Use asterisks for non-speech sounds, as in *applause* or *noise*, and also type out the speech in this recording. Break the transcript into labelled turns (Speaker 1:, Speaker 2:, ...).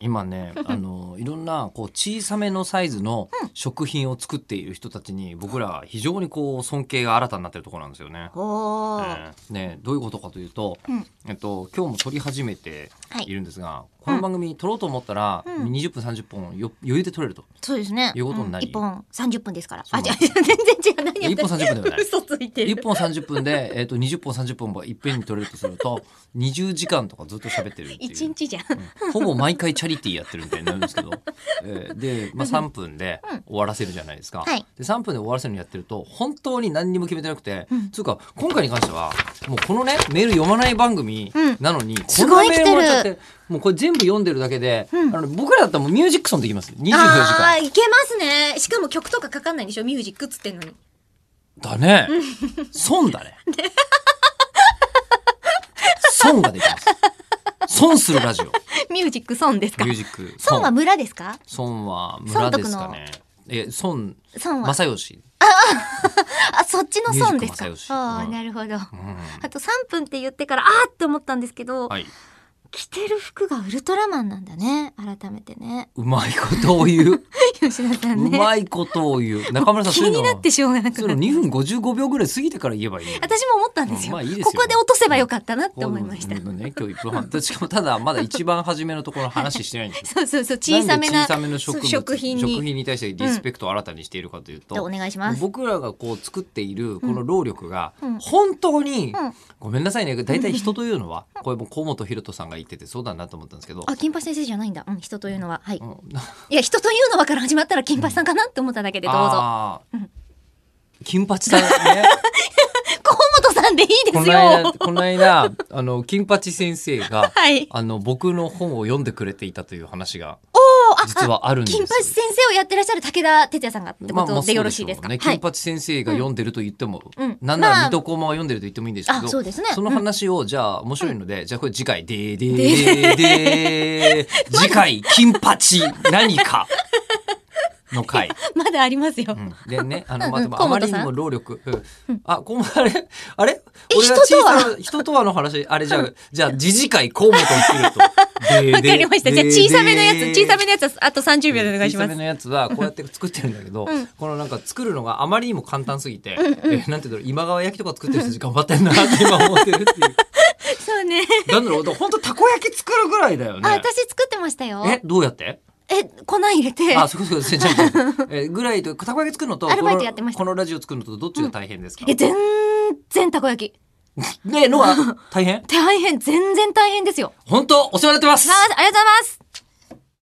Speaker 1: 今ねあのいろんなこう小さめのサイズの食品を作っている人たちに僕らは非常にこう尊敬が新たになってるところなんですよね。
Speaker 2: おー
Speaker 1: えーねどういうことかというと、
Speaker 2: うん
Speaker 1: えっと今日も撮り始めて
Speaker 2: はい
Speaker 1: いるんですが、この番組撮ろうと思ったら、
Speaker 2: うん
Speaker 1: 20分30分よ余裕で撮れると。
Speaker 2: *laughs* そうですね。
Speaker 1: いうことになり
Speaker 2: うん一本三十分ですから。
Speaker 1: そう
Speaker 2: あ、
Speaker 1: なん
Speaker 2: じ
Speaker 1: で
Speaker 2: ゃ
Speaker 1: す
Speaker 2: 全然違う。何やって
Speaker 1: 一本30分ではない
Speaker 2: 嘘ついて
Speaker 1: 1
Speaker 2: る。
Speaker 1: 本30分で、えっと20本30本もいっぺんに撮れるとすると20時間とかずっと喋ってるっていう
Speaker 2: 一日じゃん。
Speaker 1: うんほぼ毎回チャリティーやってるみたいになるんですけど、えーで、まあ、3分で終わらせるじゃないですか、
Speaker 2: はい
Speaker 1: で3分で終わらせるのやってると本当に何にも決めてなくて、
Speaker 2: うん
Speaker 1: つうか今回に関してはもうこのねメール読まない番組
Speaker 2: うん
Speaker 1: なのに、こ
Speaker 2: す
Speaker 1: んな
Speaker 2: ごい
Speaker 1: メ
Speaker 2: 来
Speaker 1: ー
Speaker 2: て
Speaker 1: ル
Speaker 2: る
Speaker 1: もらっちゃってもうこれ全部読んでるだけで、
Speaker 2: うん
Speaker 1: あの僕らだったらもうミュージックソンできます24時
Speaker 2: あ
Speaker 1: 間
Speaker 2: あーいけますね。しかも曲とかかかんないでしょ。ミュージックっつってんのに。
Speaker 1: だね損だ
Speaker 2: *laughs*
Speaker 1: ね損ができます損するラジオ
Speaker 2: ミュージックソンですか
Speaker 1: ミュー。ジック
Speaker 2: ソンは村ですか。
Speaker 1: 孫は村ですかね。え、孫
Speaker 2: ソンは。
Speaker 1: 正義。
Speaker 2: あ、そっちのソンですか
Speaker 1: ミュージック。正
Speaker 2: あ
Speaker 1: 義
Speaker 2: あ、なるほど。
Speaker 1: うん
Speaker 2: あと三分って言ってからあーって思ったんですけど、
Speaker 1: はい。
Speaker 2: 着てる服がウルトラマンなんだね。改めてね。
Speaker 1: うまいことを *laughs*
Speaker 2: *laughs*
Speaker 1: 言う。
Speaker 2: 吉田さ
Speaker 1: うん
Speaker 2: ね。
Speaker 1: まいことを言う。中村さん、
Speaker 2: 気
Speaker 1: そういう
Speaker 2: に
Speaker 1: の
Speaker 2: なってしょうがなく
Speaker 1: そう
Speaker 2: な
Speaker 1: いう
Speaker 2: っ
Speaker 1: の
Speaker 2: て
Speaker 1: 2分55秒ぐらい過ぎてから言えばいいのに。
Speaker 2: 私も思ったんですよ,、
Speaker 1: まあいいですよ
Speaker 2: ここで落とせばよかったなって思いました、
Speaker 1: こううのね、今日1分半。
Speaker 2: *laughs*
Speaker 1: でしかもただ、まだ一番初めのところの話してないんですよ。
Speaker 2: そうそうそう *laughs* 小さめな
Speaker 1: で小
Speaker 2: ん
Speaker 1: さめの植物
Speaker 2: そう食品に
Speaker 1: に対してリスペクトを新たにしているかというと、
Speaker 2: お願いします
Speaker 1: 僕らがこう作っているこの労力が
Speaker 2: うん
Speaker 1: 本当に、
Speaker 2: うん
Speaker 1: ごめんなさいね大体人というのはこれも河本ロ人さんが言っててそうだなと思ったんですけど、
Speaker 2: あ金八先生じゃないんだ、うん、人というのははい、
Speaker 1: うん
Speaker 2: いや人というのはから始まったら金八さんかなって思っただけでどうぞ
Speaker 1: あー
Speaker 2: うん
Speaker 1: 金八
Speaker 2: *laughs*
Speaker 1: さんね
Speaker 2: 河本さんでいいで
Speaker 1: こ
Speaker 2: す
Speaker 1: の
Speaker 2: よ
Speaker 1: 間この間あの金八先生が
Speaker 2: はい
Speaker 1: あの僕の本を読んでくれていたという話が
Speaker 2: おあ
Speaker 1: 実はあるんです
Speaker 2: 金
Speaker 1: よ
Speaker 2: 八先生をやってらっしゃる武田鉄矢さんがって
Speaker 1: ま
Speaker 2: こ
Speaker 1: あまあ
Speaker 2: と
Speaker 1: そ
Speaker 2: で
Speaker 1: う
Speaker 2: よ
Speaker 1: で
Speaker 2: ろ
Speaker 1: し
Speaker 2: し
Speaker 1: ょ
Speaker 2: いうですか、
Speaker 1: ね
Speaker 2: は
Speaker 1: 金
Speaker 2: い、
Speaker 1: 八先生が読んでると言っても、
Speaker 2: うん
Speaker 1: なんなら
Speaker 2: まあ
Speaker 1: 水戸黄門は読んでると言ってもいいんですけ
Speaker 2: あ
Speaker 1: ど、
Speaker 2: そうですね
Speaker 1: その
Speaker 2: うん
Speaker 1: 話をじゃあ面白いので、じゃあこれ次回でででで
Speaker 2: *laughs*
Speaker 1: 次回金八何かの回。
Speaker 2: まだありますよ、
Speaker 1: うんでね、あの、まあ、
Speaker 2: う
Speaker 1: で
Speaker 2: んうん
Speaker 1: もあま
Speaker 2: 河本
Speaker 1: り
Speaker 2: さん
Speaker 1: にも労力。うんあ、こも、あれ、あれ、
Speaker 2: え
Speaker 1: 俺が
Speaker 2: 人とは
Speaker 1: 小さな人とはの話、あれじゃあ、じゃあ、次次回河本にす
Speaker 2: *laughs*
Speaker 1: ると。
Speaker 2: *laughs* わかりましたじゃあ小さめのやつ小さ
Speaker 1: め
Speaker 2: めのやつはあと30秒でお願いし
Speaker 1: 小
Speaker 2: ま
Speaker 1: さめ
Speaker 2: す
Speaker 1: のやつはこうやって作ってるんだけど、
Speaker 2: うん
Speaker 1: このなんか作るのがあまりにも簡単すぎて、えなんていうの今川焼きとか作ってる人たち頑張ってんなって今思ってるっていう。
Speaker 2: そうね
Speaker 1: なんだろう、本当たこ焼き作るぐらいだよ
Speaker 2: あ
Speaker 1: ね。
Speaker 2: 私作ってましたよ
Speaker 1: え、どうやって？
Speaker 2: え粉入れて
Speaker 1: あ、そうそうそう、じゃあじゃあえーぐらいとたこ焼き作るのと
Speaker 2: アルバイトやってました
Speaker 1: このこのラジオ作るのとどっちが大変ですか？
Speaker 2: え全然たこ焼き
Speaker 1: ねのは大変？
Speaker 2: 大変全然大変ですよ
Speaker 1: 本当お世話になってます
Speaker 2: *laughs* わ。あありがとうございます